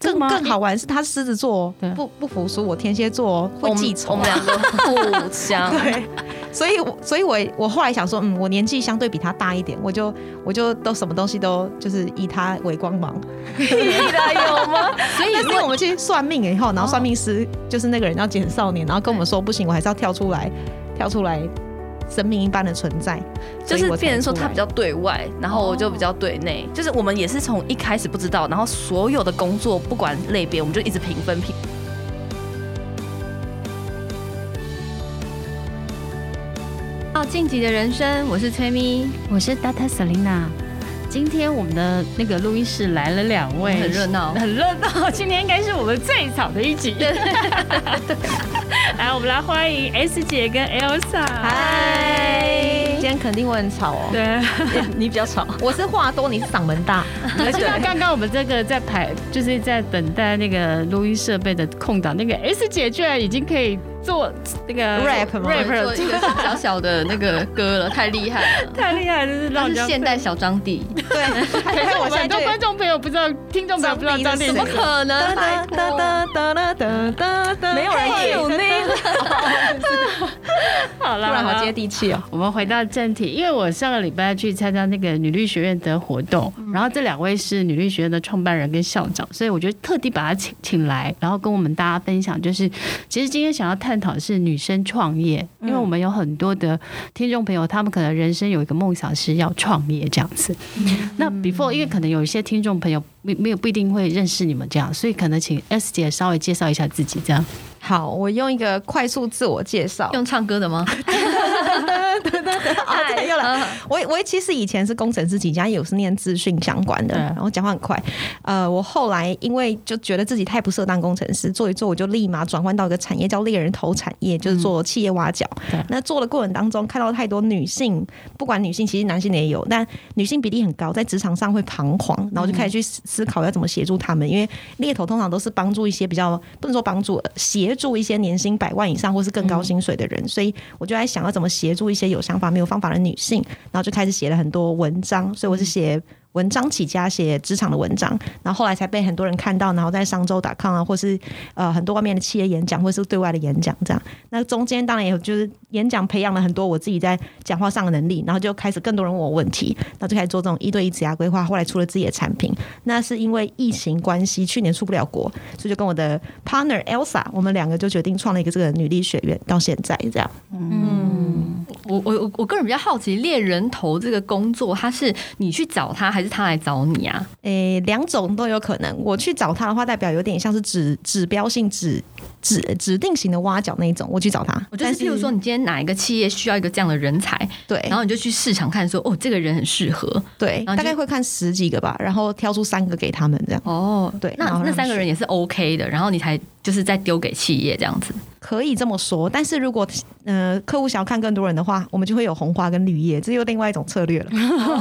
更吗更好玩是他狮子座哦对，不不服输我天蝎座哦会记仇我们，我们两个互 相 对，所以我所以我我后来想说，嗯，我年纪相对比他大一点，我就我就都什么东西都就是以他为光芒。屁啦，有哦吗？所以但是我们去算命以后，然后算命师就是那个人要捡少年，然后跟我们说不行，我还是要跳出来，跳出来，生命一般的存在，就是变人成说他比较对外，然后我就比较对内。就是我们也是从一开始不知道，然后所有的工作不管类别，我们就一直评分评。到晋级的人生，我是崔咪，我是 Data Selina。今天我们的那个录音室来了两位，很热 闹很热闹。 今天应该是我们最早的一集。对， 来，我们来欢迎 S 姐跟 Elsa。嗨，天肯定我很吵 哦，对，你比较吵。我是话多，你是嗓门大，而且刚刚我们这个在排，就是在等待那个录音设备的空档，那个 S 姐居然已经可以做那个 Rap 吗 rap 做了一个小小的那个歌了，太厉害 了。太厉害了，就是让他人是家现代小张帝，对， 还有我我们现在 很多就观众朋友不知道，听众朋友不知道张张帝帝是是谁谁可能哒哒哒哒哒哒哒哒，没有人嘿有那个，好了，突然好好啦接地气哦。我们回到正题，因为我上个礼拜去参加那个女力学院的活动，嗯然后这两位是女力学院的创办人跟校长，所以我就特地把他请请来，然后跟我们大家分享，就是其实今天想要探讨的是女生创业，嗯因为我们有很多的听众朋友，他们可能人生有一个梦想是要创业这样子。嗯那 before，因为可能有一些听众朋友没没有不一定会认识你们这样，所以可能请 S 姐稍微介绍一下自己这样。好，我用一个快速自我介绍。用唱歌的吗？啊，对，又来。我我其实以前是工程师起家，也有是念资讯相关的，对然后讲话很快。呃，我后来因为就觉得自己太不适合当工程师，做一做我就立马转换到一个产业叫猎人头产业，就是做企业挖角。嗯对那做的过程当中，看到太多女性，不管女性，其实男性也有，但女性比例很高，在职场上会彷徨，然后我就嗯开始去思思考要怎么协助他们，因为猎头通常都是帮助一些比较不能说帮助，呃协助一些年薪百万以上或是更嗯高薪水的人，所以我就在想要怎么协助一些有想法没有方法的女性，然后就开始写了很多文章，所以我是写。文章起家写职场的文章，然后后来才被很多人看到，然后在商周 .com 啊，或是呃很多外面的企业演讲，或是对外的演讲这样。那中间当然也有就是演讲培养了很多我自己在讲话上的能力，然后就开始更多人问我问题，然后就开始做这种一对一职涯规划。后来出了自己的产品，那是因为疫情关系，去年出不了国，所以就跟我的 partner Elsa，我们两个就决定创了一个这个女力学院，到现在这样。我我我我个人比较好奇，猎人头这个工作，他是你去找他，还是他来找你啊？诶，两种都有可能。我去找他的话，代表有点像是指指标性指指指定型的挖角那一种，我去找他。我就但是，譬如说，你今天哪一个企业需要一个这样的人才，对，然后你就去市场看说，哦，这个人很适合。对，然后就大概会看十几个吧，然后挑出三个给他们这样。哦，对那然后让那三个人也是 OK 的，然后你才就是再丢给企业这样子。可以这么说，但是如果呃客户想要看更多人的话，我们就会有红花跟绿叶，这又另外一种策略 了。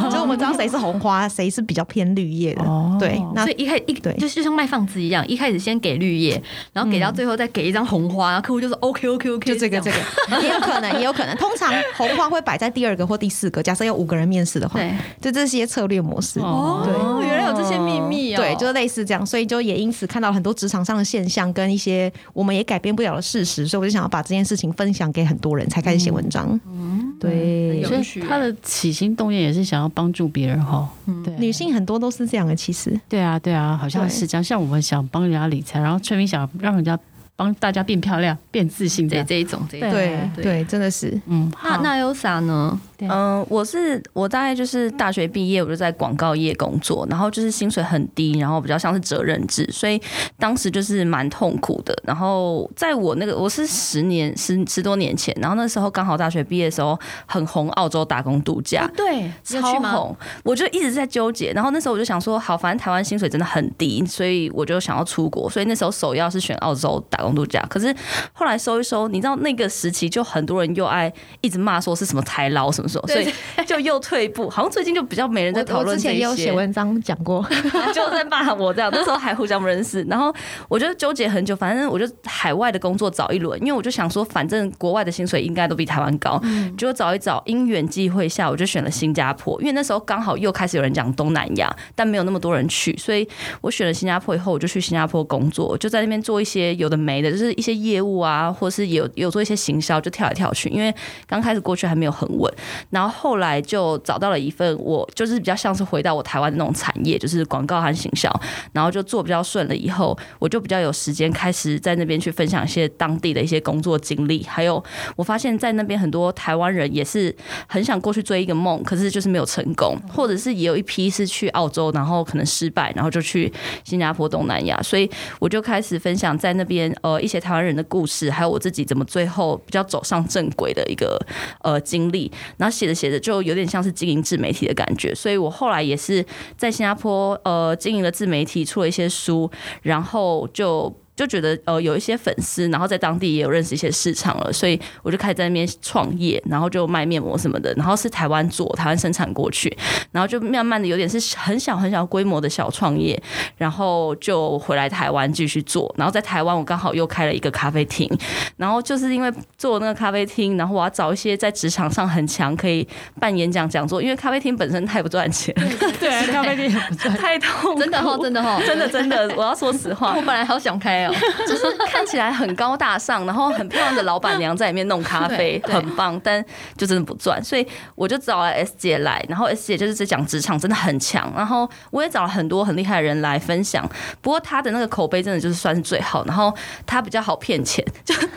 所以我们知道谁是红花，谁是比较偏绿叶的。哦对，那所以一开一对就是就像卖房子一样，一开始先给绿叶，然后给到最后再给一张红花，然后客户就说 OK OK OK，就这个这个也有可能，也有可能。通常红花会摆在第二个或第四个，假设有五个人面试的话，对就这些策略模式。哦对。哦，原来有这些秘密哦，对，就是类似这样，所以就也因此看到了很多职场上的现象跟一些我们也改变不了的事实，所以我就想要把这件事情分享给很多人，才开始写文章。嗯，对，有所趣以欸他的起心动念也是想要帮助别人哈。对，女性很多都是这样的，其实对啊，对啊，好像对是这样。像我们想帮人家理财，然后崔明想让人家帮大家变漂亮、变自信这这样。这一种这一对种。对对，真的是。嗯，那好那有啥呢？嗯，我是我大概就是大学毕业，我就在广告业工作，然后就是薪水很低，然后比较像是责任制，所以当时就是蛮痛苦的。然后在我那个我是十年十十多年前，然后那时候刚好大学毕业的时候很红澳洲打工度假，对，超去吗？红，我就一直在纠结。然后那时候我就想说，好，反正台湾薪水真的很低，所以我就想要出国。所以那时候首要是选澳洲打工度假。可是后来搜一搜，你知道那个时期就很多人又爱一直骂说是什么台劳什么么时候，所对以就又退步。好像最近就比较没人在讨我论之这前也有一写些，文章讲过，就在骂我这样。那时候还互相不认识，然后我就纠结很久。反正我就海外的工作找一轮，因为我就想说，反正国外的薪水应该都比台湾高。结果找一找，因缘际会下，我就选了新加坡，因为那时候刚好又开始有人讲东南亚，但没有那么多人去，所以我选了新加坡以后，我就去新加坡工作，我就在那边做一些有的没的，就是一些业务啊，或是有有做一些行销，就跳来跳去，因为刚开始过去还没有很稳。然后后来就找到了一份我就是比较像是回到我台湾的那种产业，就是广告和行销，然后就做比较顺了以后，我就比较有时间开始在那边去分享一些当地的一些工作经历，还有我发现在那边很多台湾人也是很想过去追一个梦，可是就是没有成功，或者是也有一批是去澳洲，然后可能失败，然后就去新加坡、东南亚，所以我就开始分享在那边呃一些台湾人的故事，还有我自己怎么最后比较走上正轨的一个呃经历。然后写着写着就有点像是经营自媒体的感觉，所以我后来也是在新加坡呃经营了自媒体，出了一些书，然后就。就觉得呃有一些粉丝，然后在当地也有认识一些市场了，所以我就开始在那边创业，然后就卖面膜什么的，然后是台湾做，台湾生产过去，然后就慢慢的有点是很小很小规模的小创业，然后就回来台湾继续做，然后在台湾我刚好又开了一个咖啡厅，然后就是因为做那个咖啡厅，然后我要找一些在职场上很强可以办演讲讲座，因为咖啡厅本身太不赚钱，对啊，咖啡店也不错。太痛苦，真的哦哈，真的哈，真的真的，我要说实话 我，本来好想 开哦，就是看起来很高大上，然后很漂亮的老板娘在里面弄咖啡，对对很棒，但就真的不赚，所以我就找了 S 姐来，然后 S 姐就是在讲职场真的很强，然后我也找了很多很厉害的人来分享，不过她的那个口碑真的就是算是最好，然后她比较好骗钱，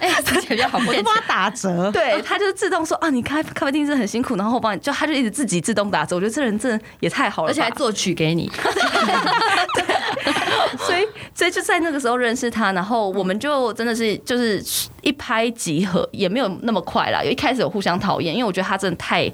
哎，之前就好我骗都钱帮。他打折。 对他就是自动说啊，你开咖啡厅真的很辛苦，然后我帮你，就他就一直自己自动打折。我觉得这人真的也太好了吧，而且还作曲给你，所以所以就在那个时候认识他，然后我们就真的是就是一拍即合，也没有那么快啦。有一开始有互相讨厌，因为我觉得他真的太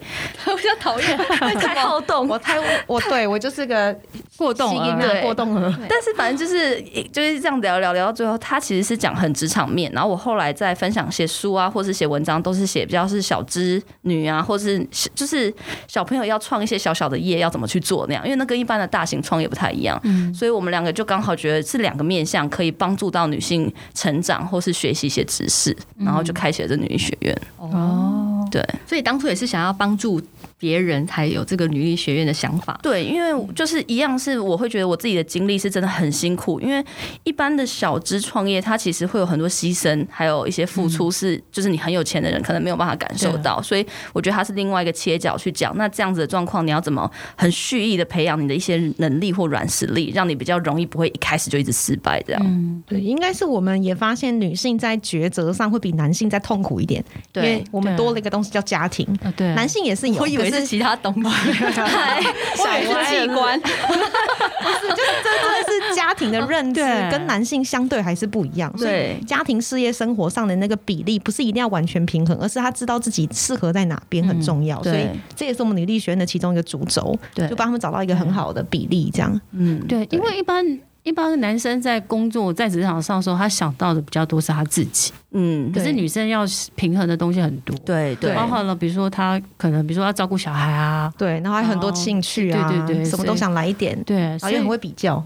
我就讨厌，太好动，我太我对我就是个过吸动引儿啊 对过动儿，但是反正就是就是这样聊聊聊到最后，他其实是讲很职场面，然后我后来在分享写书啊，或是写文章，都是写比较是小资女啊，或是就是小朋友要创一些小小的业要怎么去做那样，因为那跟一般的大型创业不太一样，所以我们两个就刚好觉得是两个面向可以帮助到女性成长或是学习一些知识，然后就开启了这女医学院。哦，对， 所以当初也是想要帮助别人，才有这个女力学院的想法。对，因为就是一样是，我会觉得我自己的经历是真的很辛苦，因为一般的小资创业，它其实会有很多牺牲，还有一些付嗯出是，就是你很有钱的人可能没有办法感受到，所以我觉得它是另外一个切角去讲。那这样子的状况，你要怎么很蓄意的培养你的一些能力或软实力，让你比较容易不会一开始就一直失败这样？嗯对，应该是我们也发现女性在抉择上会比男性再痛苦一点，因为对，我们多了一个东西叫家庭，啊对啊，男性也是有，嗯我以为可是是其他东 西，我以为 是器官，真的是家庭的认知哦对跟男性相对还是不一样，所以对家庭事业生活上的那个比例不是一定要完全平衡，而是他知道自己适合在哪边很重要，对所以这也是我们女力学院的其中一个主轴，对就帮他们找到一个很好的比例，这样嗯，对，因为一般一般男生在工作在职场上的时候，他想到的比较多是他自己，嗯，可是对女生要平衡的东西很多，对对包含了比如说她可能比如说要照顾小孩啊，对，然后还有很多哦兴趣啊，对对对什么都想来一点，对，然后所又以很会比较，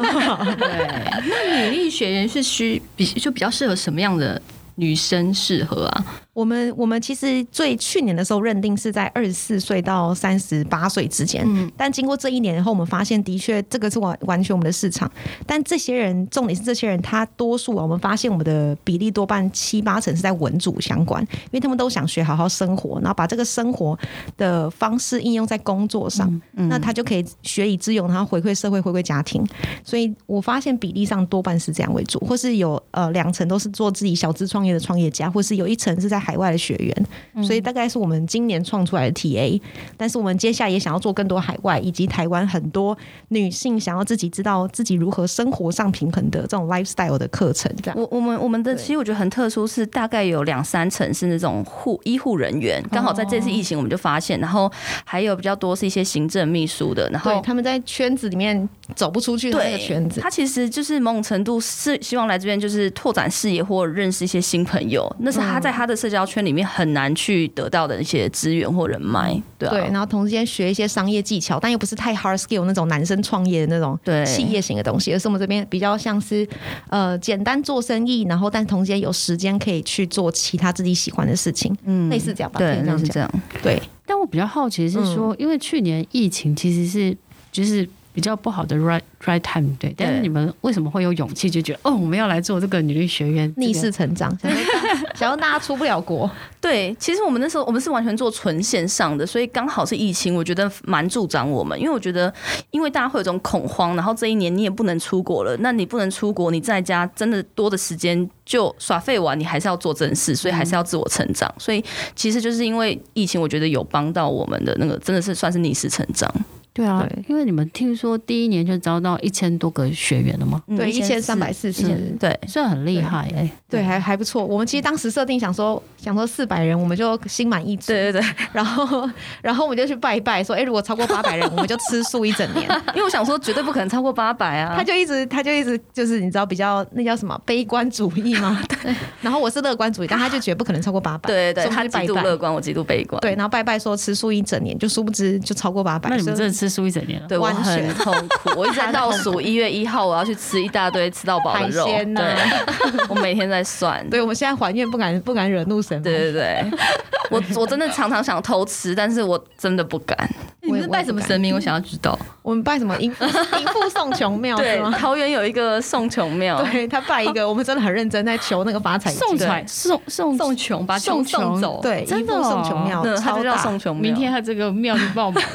那女力学员是需比就比较适合什么样的女生适合啊？我们我们其实最去年的时候认定是在二十四岁到三十八岁之间，嗯但经过这一年后，我们发现的确这个是完完全我们的市场。但这些人，重点是这些人，他多数啊，我们发现我们的比例多半七八成是在文组相关，因为他们都想学好好生活，然后把这个生活的方式应用在工作上，那他就可以学以致用，然后回馈社会，回馈家庭。所以我发现比例上多半是这样为主，或是有呃两成都是做自己小资创业的创业家，或是有一层是在海外的学员，所以大概是我们今年创出来的 TA。但是我们接下来也想要做更多海外以及台湾很多女性想要自己知道自己如何生活上平衡的这种 lifestyle 的课程，这样。我我们我们的其实我觉得很特殊，是大概有两三成是那种护医护人员，哦刚好在这次疫情我们就发现，然后还有比较多是一些行政秘书的，然对，后。他们在圈子里面走不出去的那个圈子，他其实就是某种程度是希望来这边就是拓展视野或认识一些新朋友，那是他在嗯他的社交圈里面很难去得到的一些资源或人脉，对对，啊，然后同时间学一些商业技巧，但又不是太 hard skill 那种男生创业的那种对企业型的东西，而是我们这边比较像是呃简单做生意，然后但同时间有时间可以去做其他自己喜欢的事情，嗯类似这样吧，可对以，这那样是讲，这样，对，但我比较好奇的是说，因为去年疫情其实是就是比较不好的 right right time 对，但是你们为什么会有勇气就觉得哦，我们要来做这个女力学院逆势？成长，想要大想要大家出不了国，对，其实我们那时候我们是完全做纯线上的，所以刚好是疫情，我觉得蛮助长我们，因为我觉得，因为大家会有一种恐慌，然后这一年你也不能出国了，那你不能出国，你在家真的多的时间就耍废完，你还是要做正事，所以嗯还是要自我成长，所以其实就是因为疫情，我觉得有帮到我们的那个真的是算是逆势成长，对啊对，因为你们听说第一年就招到一千多个学员了吗？嗯对，一千三百，四十。嗯对，算很厉害哎、对，还还不错。我们其实当时设定想说，想说四百人，我们就心满意足。对对对。然后，然后我们就去拜一拜，说，哎、如果超过八百人，我们就吃素一整年。因为我想说绝对不可能超过八百啊。 他就一直，他就一直就是你知道比较那叫什么悲观主义 吗？对。然后我是乐观主义，但他就觉得不可能超过八百。 对对所以对，我他们就极去度拜一乐拜。观，我极度悲观。对，然后拜拜说吃素一整年，就殊不知就超过八百。那你们所真以的吃素一整年了？对我完全很痛苦，我一直 在倒数一月一号我要去吃一大堆吃到饱的肉海，鲜啊对，我每天在算。对对，我们现在还愿不敢不敢惹怒神。对对对， 我我真的常常想偷吃，但是我真的不敢。你们是拜什么神明？我想要知道。我们拜什么？淫 妇淫妇送穷庙哦是对，哦吗？桃园有一个宋琼庙，对他拜一个，我们真的很认真在求那个发财金。送传送送送穷把送穷送穷走，对，真一的副哦送穷庙嗯，，它超就叫大。宋琼庙。明天他这个庙就爆满了，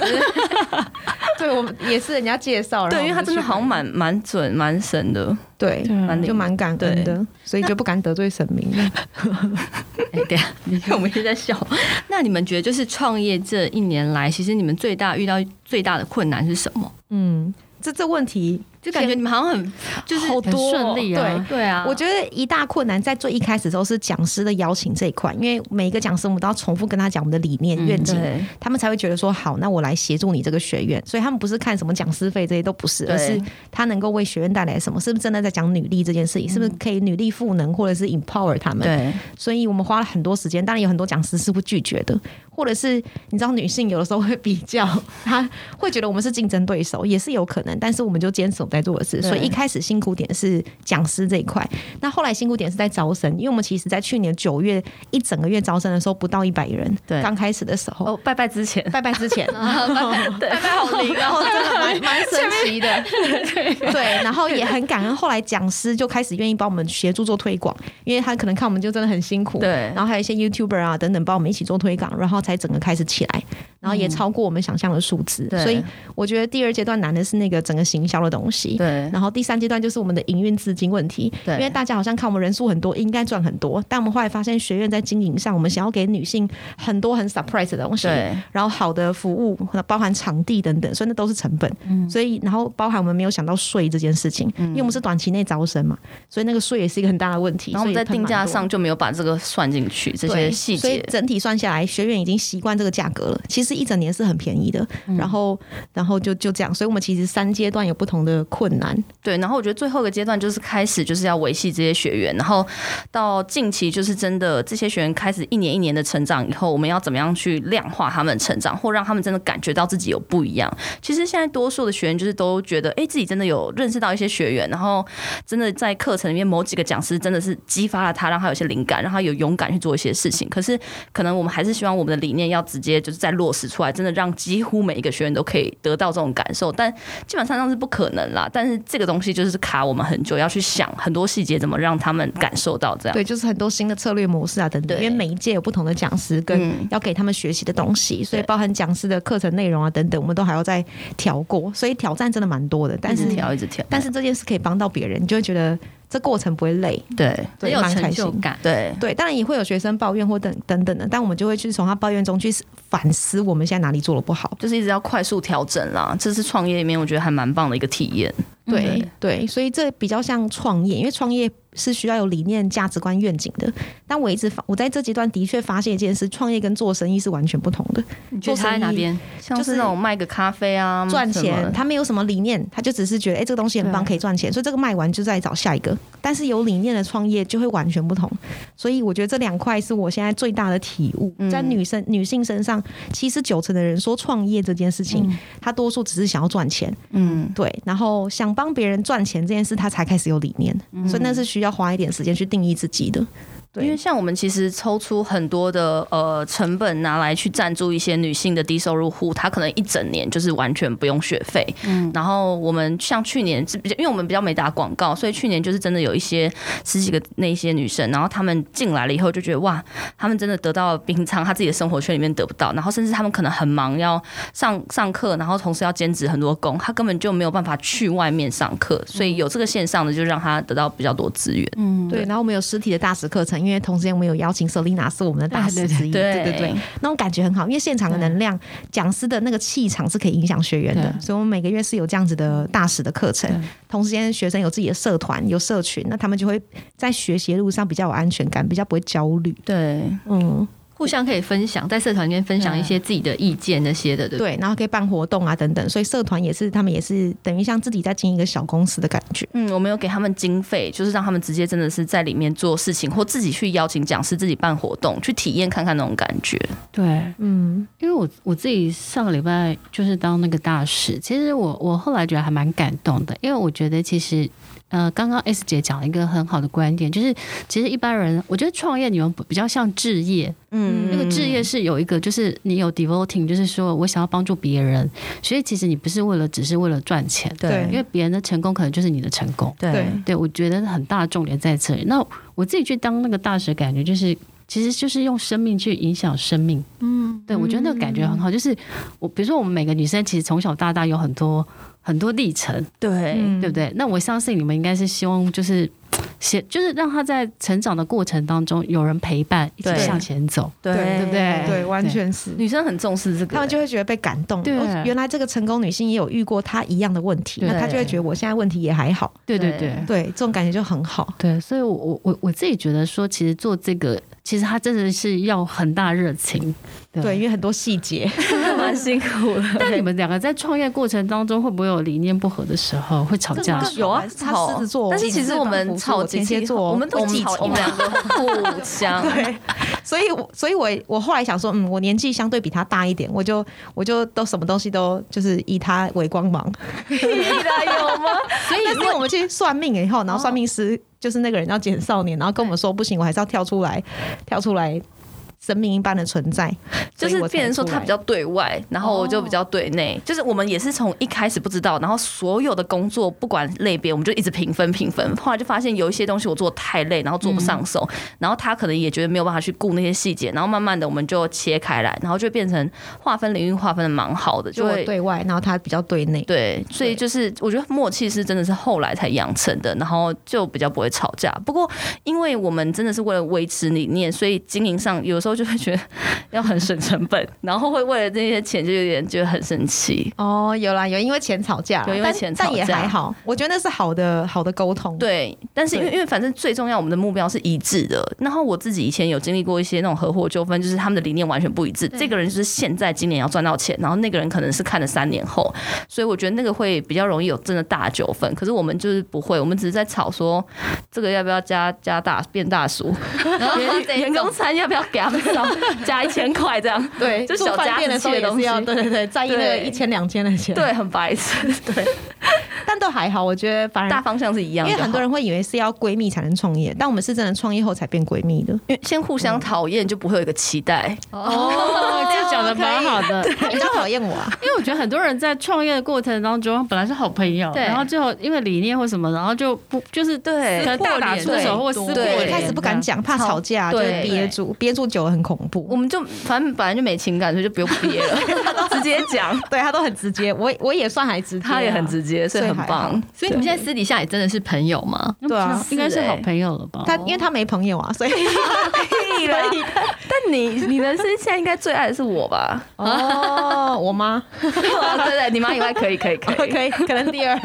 对我们也是人家介绍，然后对，因为我它们真的去好像拜蛮蛮准蛮 神的。对，蛮就蛮感恩的，所以就不敢得罪神明。 哎，对啊，我们一直在笑。那你们觉得，就是创业这一年来，其实你们最大遇到最大的困难是什么？嗯，这这问题就感觉你们好像很就是好很多哦顺利啊。对啊，我觉得一大困难在最一开始都是讲师的邀请这一块，因为每一个讲师我们都要重复跟他讲我们的理念、嗯愿景，对他们才会觉得说好，那我来协助你这个学院。所以他们不是看什么讲师费这些都不是，对而是他能够为学院带来什么，是不是真的在讲女力这件事情，是不是可以女力赋能或者是 empower 他们？对所以我们花了很多时间，当然有很多讲师是会拒绝的，或者是你知道女性有的时候会比较，她会觉得我们是竞争对手，也是有可能，但是我们就坚持我们在做的事。对所以一开始辛苦点是讲师这一块，那后来辛苦点是在招生，因为我们其实在去年九月一整个月招生的时候不到一百人，对刚开始的时候。哦，拜拜之前，拜哦拜之 前，拜拜好灵然哦，后真的蛮蛮神奇的， 对，然后也很感恩。后来讲师就开始愿意帮我们协助做推广，因为他可能看我们就真的很辛苦，对然后还有一些 YouTuber 啊等等帮我们一起做推广，然后才整个开始起来，然后也超过我们想象的数字。对所以我觉得第二阶段难的是那个整个行销的东西。对然后第三阶段就是我们的营运资金问题，对因为大家好像看我们人数很多，应该赚很多，但我们后来发现学院在经营上，我们想要给女性很多很 surprise 的东西，对然后好的服务，包含场地等等，所以那都是成本。嗯所以然后包含我们没有想到税这件事情，因为我们是短期内招生嘛，所以那个税也是一个很大的问题。然后我们所以在喷定价蛮多上就没有把这个算进去，这对些细所以节。整体算下来，学院已经习惯这个价格了。其实一整年是很便宜的，嗯然后然后就就这样，所以我们其实三阶段有不同的困难。对，然后我觉得最后一个阶段就是开始就是要维系这些学员，然后到近期就是真的这些学员开始一年一年的成长以后，我们要怎么样去量化他们的成长，或让他们真的感觉到自己有不一样。其实现在多数的学员就是都觉得，哎、自己真的有认识到一些学员，然后真的在课程里面某几个讲师真的是激发了他，让他有一些灵感，让他有勇敢去做一些事情。可是可能我们还是希望我们的理念要直接就是再落实出来，真的让几乎每一个学员都可以得到这种感受，但基本上上是不可能啦。但是这个东西就是卡我们很久，要去想很多细节怎么让他们感受到这样。对，就是很多新的策略模式啊等等，对因为每一届有不同的讲师跟嗯，要给他们学习的东西，所以包含讲师的课程内容啊等等，我们都还要再调过，所以挑战真的蛮多的。但一直是调一直调，嗯但是这件事可以帮到别人，你就会觉得这过程不会累，对很对，有蛮成开就心。感。对对，当然也会有学生抱怨或等等等的，但我们就会去从他抱怨中去反思我们现在哪里做的不好。就是一直要快速调整啦，这是创业里面我觉得还蛮棒的一个体验。对对，所以这比较像创业，因为创业是需要有理念、价值观、愿景的。但我一直发，我在这阶段的确发现一件事：创业跟做生意是完全不同的。你觉得他在哪边？像就是是那种卖个咖啡啊，赚什么钱，他没有什么理念，他就只是觉得，哎、这个东西很棒，对可以赚钱，所以这个卖完就再找下一个。但是有理念的创业就会完全不同，所以我觉得这两块是我现在最大的体悟。嗯在女生女性身上，其实九成的人说创业这件事情，他多数只是想要赚钱，嗯，对，然后想帮别人赚钱这件事，他才开始有理念，嗯所以那是需要花一点时间去定义自己的。对因为像我们其实抽出很多的呃成本拿来去赞助一些女性的低收入户，她可能一整年就是完全不用学费。嗯，然后我们像去年是比较，因为我们比较没打广告，所以去年就是真的有一些十几个那些女生，然后她们进来了以后就觉得哇，她们真的得到平常她自己的生活圈里面得不到，然后甚至她们可能很忙要上上课，然后同时要兼职很多工，她根本就没有办法去外面上课，所以有这个线上的就让她得到比较多资源。对，然后我们有实体的大使课程，因为同时间我们有邀请 Selina 是我们的大使之一，对对对，那种感觉很好，因为现场的能量、讲师的那个气场是可以影响学员的，对所以我们每个月是有这样子的大使的课程对，同时间学生有自己的社团、有社群，那他们就会在学习路上比较有安全感，比较不会焦虑。对，嗯，互相可以分享，在社团里面分享一啊些自己的意见那些的，对不对。对，然后可以办活动啊等等，所以社团也是他们也是等于像自己在经营一个小公司的感觉。嗯，我们有给他们经费，就是让他们直接真的是在里面做事情，或自己去邀请讲师，自己办活动，去体验看看那种感觉。对，嗯，因为我我自己上个礼拜就是当那个大使，其实我我后来觉得还蛮感动的，因为我觉得其实。呃，刚刚 S 姐讲了一个很好的观点，就是其实一般人，我觉得创业你们比较像置业，嗯那个置业是有一个，就是你有 devoting，就是说我想要帮助别人，所以其实你不是为了只是为了赚钱，对因为别人的成功可能就是你的成功。对对对，我觉得很大的重点在这里。那我自己去当那个大使，感觉就是其实就是用生命去影响生命。嗯，对我觉得那个感觉很好。就是我，比如说我们每个女生其实从小到大有很多很多历程，对嗯对不对？那我相信你们应该是希望就是。写就是让她在成长的过程当中有人陪伴，一起对向前走。对对不对对，完全是。女生很重视这个，他们就会觉得被感动。对哦原来这个成功女性也有遇过她一样的问题，对那她就会觉得我现在问题也还好。对对对对对，这种感觉就很好。对，所以我我我我自己觉得说，其实做这个，其实他真的是要很大热情。对对，因为很多细 节，得蛮辛苦的。但 你们两个在创业过程当中，会不会有理念不合的时候，会吵架？这个有啊，他吵狮子座但是其实我我们是我吵天蝎座我们都我记吵，仇我们两个 互相。对，所以我所以我我后来想说，嗯，我年纪相对比她大一点，我就我就都什么东西都就是以她为光芒。有吗？所以因为我们去算命以哦后，然后算命师就是那个人要减少年，然后跟我们说不行，我还是要跳出来，跳出来。生命一般的存在，就所是以我才变成说出他来比较对外，然后我就比较对内。就是我们也是从一开始不知道，然后所有的工作不管类别，我们就一直评分评分。后来就发现有一些东西我做得太累，然后做不上手，然后他可能也觉得没有办法去顾那些细节，然后慢慢的我们就切开来，然后就变成划分领域划分的蛮好的，就就我会。对外，然后他比较对内。对，所以就是我觉得默契是真的是后来才养成的，然后就比较不会吵架。不过，因为我们真的是为了维持理念，所以经营上有时候就会觉得 要很省成本，然后会为了这些钱就有点觉得很生气。哦，有啦，有因为钱吵架啦，有因为但钱但吵也架还好，我觉得那是好的好的沟通。对，但是因为因为反正最重要，我们的目标是一致的。然后我自己以前有经历过一些那种合伙纠纷，就是他们的理念完全不一致。这个人就是现在今年要赚到钱，然后那个人可能是看了三年后，所以我觉得那个会比较容易有真的大纠纷。可是我们就是不会，我们只是在吵说这个要不要加加大变大叔，员员工餐要不要给他们 少加一千块这样？对就做小饭家店子的时气候的也东是西，要对对对，在意那个对一千两千的钱，，对，很白痴，对，但都还好，我觉得反大而。方向是一样因的。为很多人会以为是要闺蜜才能创业，但我们是真的创业后才变闺 蜜的。因为先互相讨厌，就不会有一个期待。哦，这讲的蛮好 的，你知道讨厌我啊？因为我觉得很多人在创业的过程当中，本来是好朋友，对然后最后因为理念或什么，然后就不就是对可能大打出手或撕破 对对，脸，一开始不敢讲，怕吵架，就对是憋住，憋住久了很恐我怖。们就反正本来就没情感，所以就不用憋 了，直接讲。对他都很直接，我我也算还直接啊，他也很直接，所以很棒。所以你们现在私底下也真的是朋友吗？那对啊不知道应该是好朋友了吧？啊 他因为他没朋友啊，所以以了。但你你人生现在应该最爱的是我吧？哦，我 妈对对，你妈以外可以可以可以。 可以，可能第二，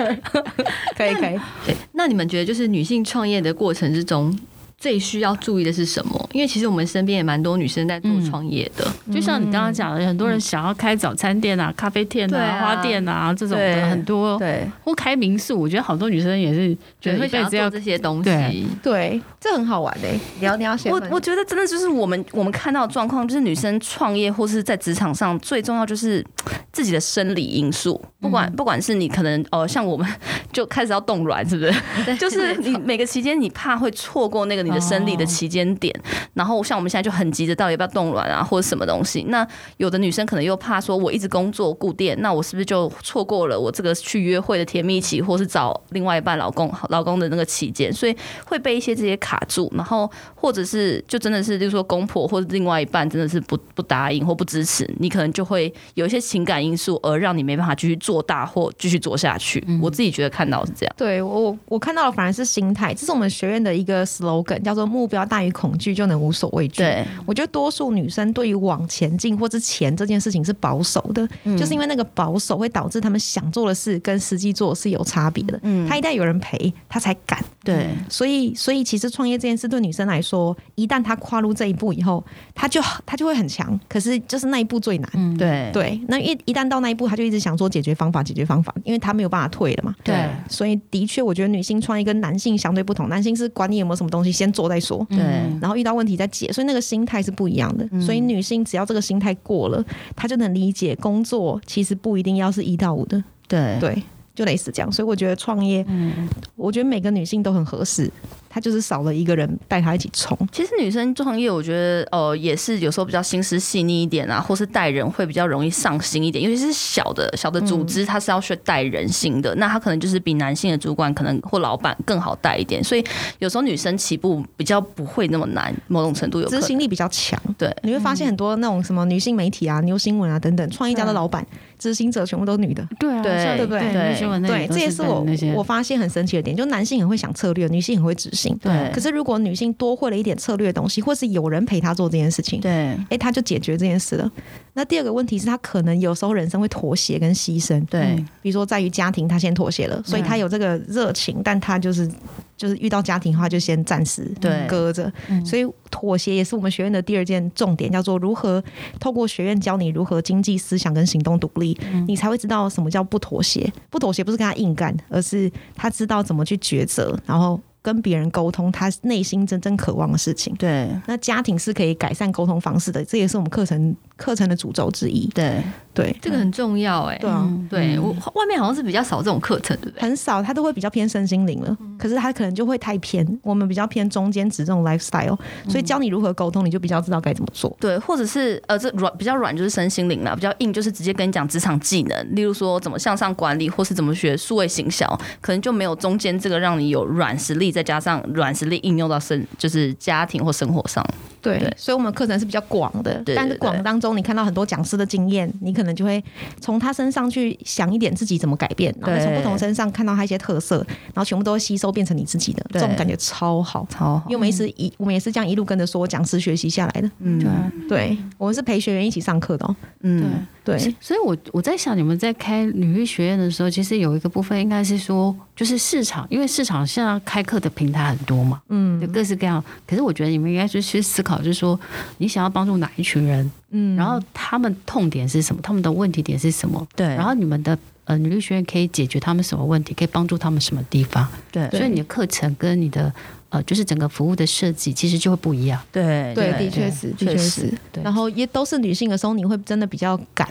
可以可以。对，那你们觉得就是女性创业的过程之中，最需要注意的是什么？因为其实我们身边也蛮多女生在做创业的，就像你刚刚讲的，很多人想要开早餐店啊、咖啡店对啊、啊花店啊这种对的很多，对，或开民宿，我觉得好多女生也是觉得对一会想辈要子要做这些东对西。对，这很好玩欸诶、你要你要先我分我觉得真的就是我们我们看到的状况，就是女生创业或是在职场上最重要就是自己的生理因素，不管不管是你可能哦、呃像我们就开始要冻卵，是不 是？就是你每个期间你怕会错过那个你的生理的期间点，然后像我们现在就很急着到底要不要冻卵啊，或者什么东西。那有的女生可能又怕说我一直工作固定，那我是不是就错过了我这个去约会的甜蜜期，或是找另外一半老公老公的那个期间，所以会被一些这些卡住，然后或者是就真的是，就是说公婆或者另外一半真的是不不答应或不支持，你可能就会有一些情感因素，而让你没办法继续做大或继续做下去。我自己觉得看到是这样，对我我我看到的反而是心态，这是我们学院的一个 slogan，叫做“目标大于恐惧就能无所畏惧”。，对我觉得多数女生对于往前进或是钱这件事情是保守的，就是因为那个保守会导致她们想做的事跟实际做的是有差别的。嗯，她一旦有人陪，她才敢。对所以，所以其实创业这件事对女生来说，一旦她跨入这一步以后，她就她就会很强。可是就是那一步最难。嗯对对，那一一旦到那一步，她就一直想说解决方法，解决方法，因为她没有办法退了嘛。对所以的确，我觉得女性创业跟男性相对不同，男性是管你有没有什么东西，先做再说。嗯对然后遇到问题再解，所以那个心态是不一样的。嗯所以女性只要这个心态过了，她就能理解工作其实不一定要是一到五的，对嗯对，就类似这样。所以我觉得创业，我觉得每个女性都很合适，她就是少了一个人带她一起冲。其实女生创业，我觉得呃也是有时候比较心思细腻一点啊，或是待人会比较容易上心一点，尤其是小的小的组织，它是要学带人心的，那他可能就是比男性的主管可能或老板更好带一点，所以有时候女生起步比较不会那么难，某种程度有可执能行力比较强，对你会嗯发现很多那种什么女性媒体啊、牛新闻啊等等，创业家的老板、执行者全部都是女的，对啊，对像对不对对，新闻那对，里都这也是我那些我发现很神奇的点，就男性很会想策略，女性很会执行。对可是如果女性多会了一点策略的东西，或是有人陪她做这件事情，对哎，她就解决这件事了。那第二个问题是，她可能有时候人生会妥协跟牺牲，嗯对比如说在于家庭，她先妥协了，所以她有这个热情，但她就是就是遇到家庭的话，就先暂时对嗯搁着。所以妥协也是我们学院的第二件重点，叫做如何透过学院教你如何经济思想跟行动独立，嗯你才会知道什么叫不妥协。不妥协不是跟他硬干，而是他知道怎么去抉择，然后跟别人沟通他内心真正渴望的事情。对那家庭是可以改善沟通方式的，这也是我们课程课程的主轴之一。对对，这个很重要哎、对嗯啊。对我外面好像是比较少这种课程，对 不对？很少，他都会比较偏身心灵了。可是他可能就会太偏，我们比较偏中间值这种 lifestyle，所以教你如何沟通，你就比较知道该怎么做。对，或者是呃，这软比较软就是身心灵啦，比较硬就是直接跟你讲职场技能，例如说怎么向上管理，或是怎么学数位行销，可能就没有中间这个让你有软实力，再加上软实力应用到生就是家庭或生活上。对对，所以我们课程是比较广的，对但是对广当中你看到很多讲师的经验，你可能就会从他身上去想一点自己怎么改变，然后再从对不同身上看到他一些特色，然后全部都吸收变成你自己的，这对种感觉超好。超因为我们一直一我们也是这样一路跟着说讲师学习下来的，对嗯啊对我们是陪学员一起上课的、哦，对。嗯，对，所以我，我在想，你们在开女力学院的时候，其实有一个部分应该是说，就是市场，因为市场现在开课的平台很多嘛，嗯，就各式各样。可是我觉得你们应该是去思考，就是说你想要帮助哪一群人，嗯然后他们痛点是什么，他们的问题点是什么，对，然后你们的呃女力学院可以解决他们什么问题，可以帮助他们什么地方。对所以你的课程跟你的呃，就是整个服务的设计，其实就会不一样。对对，的确是，的确确实是。对然后也都是女性的时候，你会真的比较敢，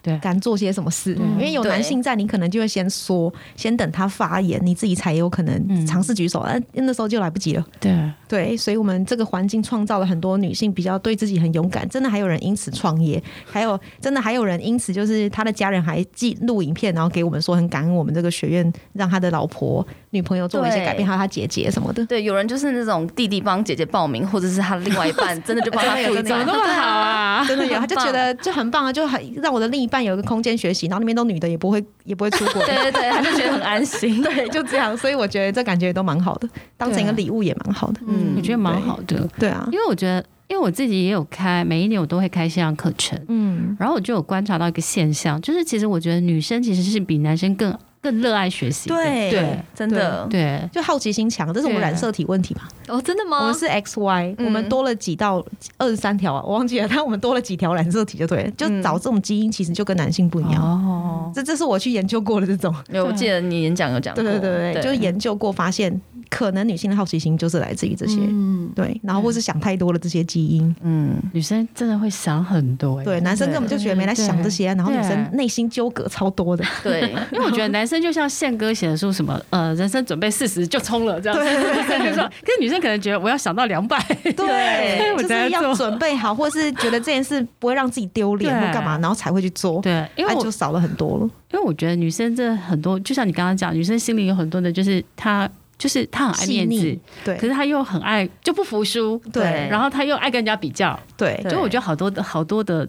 对敢做些什么事。因为有男性在，你可能就会先说，先等他发言，你自己才有可能尝试举手。但那时候就来不及了。对对，所以我们这个环境创造了很多女性比较对自己很勇敢，真的还有人因此创业，还有真的还有人因此就是他的家人还记录影片，然后给我们说很感恩我们这个学院让他的老婆、女朋友做了一些改变，对还有他姐姐什么的。对，有人就是那种弟弟帮姐姐报名，或者是他另外一半真的就帮哦 他付一半，么好啊？真的有，他就觉得就很棒啊，就很让我的另一半有一个空间学习，然后那边都女的，也不会也不会出国，对对对，他就觉得很安 心。对， 就这样。所以我觉得这感觉都蛮好的，当成一个礼物也蛮好的。嗯我觉得蛮好的。对啊，因为我觉得因为我自己也有开，每一年我都会开线上课程，嗯，然后我就有观察到一个现象，就是其实我觉得女生其实是比男生更更热爱学习的，对对真的，对，就好奇心强，这是我们对染色体问题吧？哦，真的我吗们？是 X Y，、嗯我们多了几道二十三条啊，我忘记了，但我们多了几条染色体就对了。就嗯找这种基因，其实就跟男性不一样。哦，这这是我去研究过的这种，有我记得你演讲有讲过，对对对对，就研究过发现，可能女性的好奇心就是来自于这些，嗯，对，然后或是想太多了这些基因， 嗯，女生真的会想很多、欸，对，男生根本就觉得没来想这些啊，然后女生嗯对内心纠葛超多的，对，因为我觉 得男生就像宪哥写的书什么，呃，人生准备四十就冲了这样，女生 就说，可是女生可能觉得我要想到两百， 对，我就在是要做准备好，或是觉得这件事不会让自己丢脸对或干嘛，然后才会去做，对，因为哎我、就少了很多了，因为我觉得女生真的很多，就像你刚刚讲，女生心里有很多的，就是她就是她很爱细面腻子，，可对是她又很爱就不服输，对然后她又爱跟人家比较，对对就我觉得好多的好多的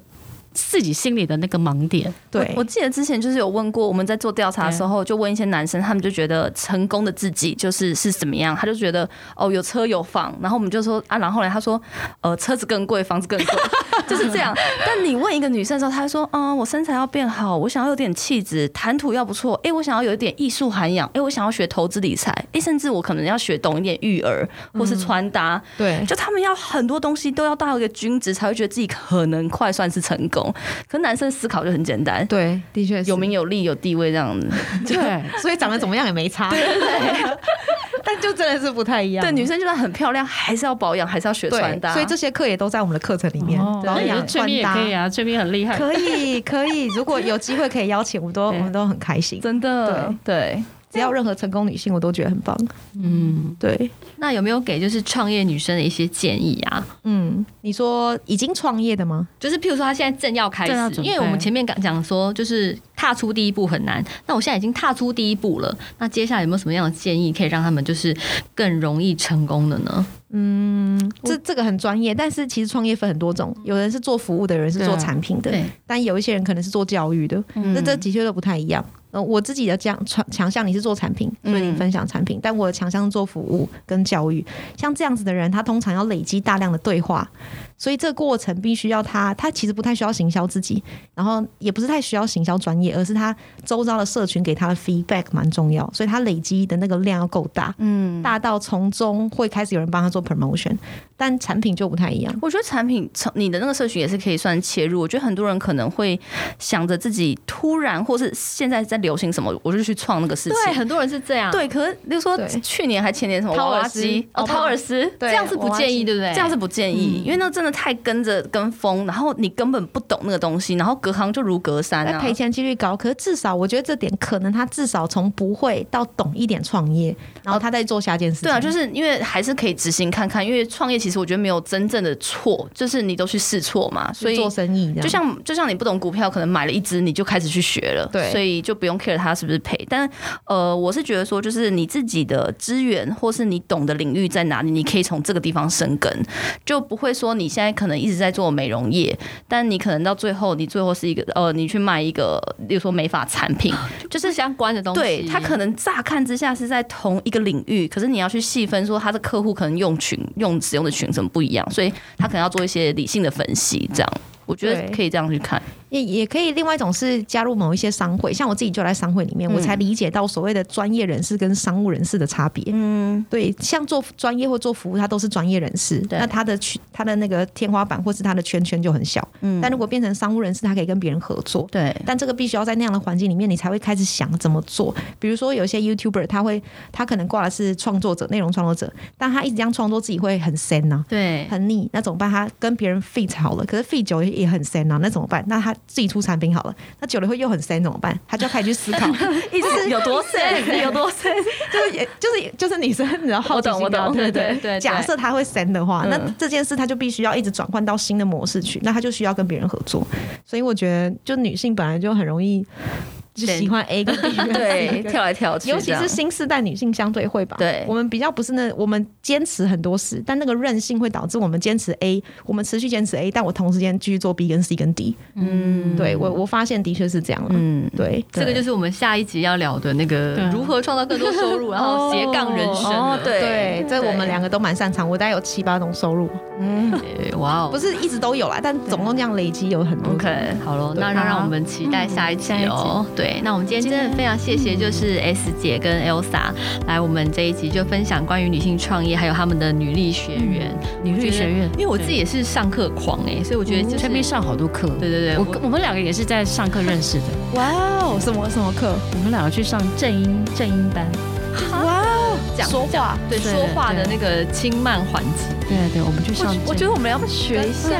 自己心里的那个盲点，对我，记得之前就是有问过，我们在做调查的时候，就问一些男生，他们就觉得成功的自己就是是怎么样，他就觉得哦有车有房，然后我们就说啊，然后后来他说呃车子更贵，房子更贵， 就是这样。但你问一个女生的时候，她说嗯我身材要变好，我想要有点气质，谈吐要不错，哎、我想要有一点艺术涵养，哎、我想要学投资理财，哎、甚至我可能要学懂一点育儿或是穿搭，对，就他们要很多东西都要到一个均值，才会觉得自己可能快算是成功。可是男生思考就很简单，对，的确有名有利有地位这样子。对。所以长得怎么样也没差，对 对，但就真的是不太一样，对，女生就算很漂亮，还是要保养，还是要学穿对，搭。所以这些课也都在我们的课程里面，然保后也养是翠穿蜜也搭可以啊，翠蜜很厉害。可以，可以。如果有机会可以邀请，我们都我对们都很开心。真的对，只要任何成功女性，我都觉得很棒。嗯，对，那有没有给就是创业女生的一些建议啊？嗯，你说已经创业的吗？就是譬如说，她现在正要开正要始，准备因为我们前面讲讲说，就是踏出第一步很难。那我现在已经踏出第一步了，那接下来有没有什么样的建议可以让他们就是更容易成功的呢？这这个很专业，但是其实创业分很多种，有人是做服务的，有人是做产品的，对，但有一些人可能是做教育的，嗯那、这的确都不太一样。呃，我自己的强强强项你是做产品，所以你嗯分享产品，但我的强项是做服务跟教育。像这样子的人，他通常要累积大量的对话，所以这个过程必须要他，他其实不太需要行销自己，然后也不是太需要行销专业，而是他周遭的社群给他的 feedback 蛮重要，所以他累积的那个量要够大，嗯，大到从中会开始有人帮他做 promotion，但产品就不太一样。我觉得产品从你的那个社群也是可以算切入。我觉得很多人可能会想着自己突然或是现在在流行什么，我就去创那个事对，情。很多人是这样，，对，可是比如说对去年还前年什么掏娃耳娃机丝哦，嗯掏耳丝，这样是不建议，对不对？这样是不建议，因为那真的太跟着跟风，然后你根本不懂那个东西，然后隔行就如隔山但啊。赔钱几率高，可是至少我觉得这点可能他至少从不会到懂一点创业，然后他再做下一件事情。对啊，就是因为还是可以执行看看，因为创业其实我觉得没有真正的错，就是你都去试错嘛，所以做生意这样，就像就像你不懂股票，可能买了一只你就开始去学了，对所以就不用 care 它是不是赔。但呃，我是觉得说，就是你自己的资源或是你懂的领域在哪里，你可以从这个地方生根，就不会说你现在可能一直在做美容业，但你可能到最后，你最后是一个呃，你去卖一个，例如说美发产品，就是相关的东西，对他可能乍看之下是在同一个领域，可是你要去细分说他的客户可能用群用使用的群什么不一样，所以他可能要做一些理性的分析，这样我觉得对可以这样去看。也也可以。另外一种是加入某一些商会，像我自己就在商会里面，嗯我才理解到所谓的专业人士跟商务人士的差别。嗯，对，像做专业或做服务，他都是专业人士，对那他的区他的那个天花板或是他的圈圈就很小。嗯但如果变成商务人士，他可以跟别人合作，对，但这个必须要在那样的环境里面，你才会开始想怎么做。比如说，有一些 YouTuber 他会，他可能挂的是创作者、内容创作者，但他一直这样创作，自己会很深呐、对，很腻。那怎么办？他跟别人 fit 好了，可是 fit 久了也很深呐、那怎么办？那他自己出产品好了，那久了会又很深，怎么办？他就要开始去 思考，一直有多深，有多深，就是也就是就是女生，你知道好奇心我懂高，我懂对对对对对假设他会删的话，嗯那这件事他就必须要一直转换到新的模式去，那他就需要跟别人合作。所以我觉得，就女性本来就很容易。就喜欢 A 跟 B，对，跳来跳去这尤样，其是新世代女性相对会吧，对我们比较不是那我们坚持很多事，但那个韧性会导致我们坚持 A，我们持续坚持 A，但我同时间继续做 B 跟 C 跟 D，嗯对我我发现的确是这样了，嗯对，这个就是是我们下一集要聊的那对个啊如何创造更多收入，然后斜杠人生哦了。对对，这我们两个都蛮擅长，我大概有七八种收入，嗯对，哇哦不！是一直都有啦，但总共这样累积有很多。 ，OK，好喽，对那让让我们期待下一集哦。对，那我们今天真的非常谢谢，就是 S 姐跟 Elsa 来我们这一集就分享关于女性创业，还有他们的女嗯力学院。女我觉律得学院，因为我自己也是上课狂哎，所以我觉得就是身边上好多课。对对对，我我我们两个也是在上课认识的，哇哦，什么什么课？我们两个去上正音正音班。哇哦，讲说话，对对说话的对那个轻慢环节。对对，我们去我上。我觉得我们要不要学一下，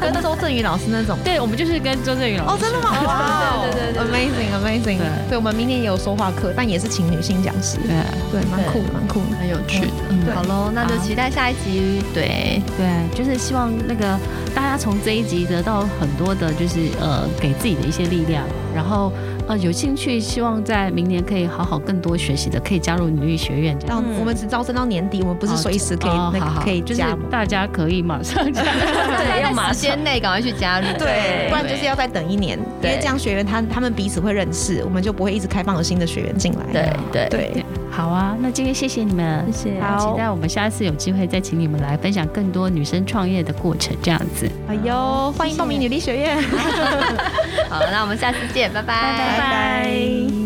跟周正宇老师那种。对，我们就是跟周正宇老哦，师。真的吗？哇对对对对，amazing amazing 对对，我们明年也有说话课，但也是请女性讲师。对对，蛮对酷蛮酷。很有趣的。嗯好喽，那就期待下一集。对，对，就是希望那个大家从这一集得到很多的，就是呃，给自己的一些力量。然后呃，有兴趣，希望在明年可以好好更多学习的，可以加入女力学院这样。到嗯我们只招生到年底，我们不是随时可以哦那好个好可以就是加盟。大家可以马上 加入。对， 要要马马上时间内赶快去加入，对不然就是要再等一年，因对为这样学员他他们彼此会认识，我们就不会一直开放有新的学员进来。对对，对，好啊，那今天谢谢你们，谢谢然后期待我们下一次有机会再请你们来分享更多女生创业的过程，这样子。哎呦，欢迎报名女力学院，好，那我们下次见，拜拜，拜拜。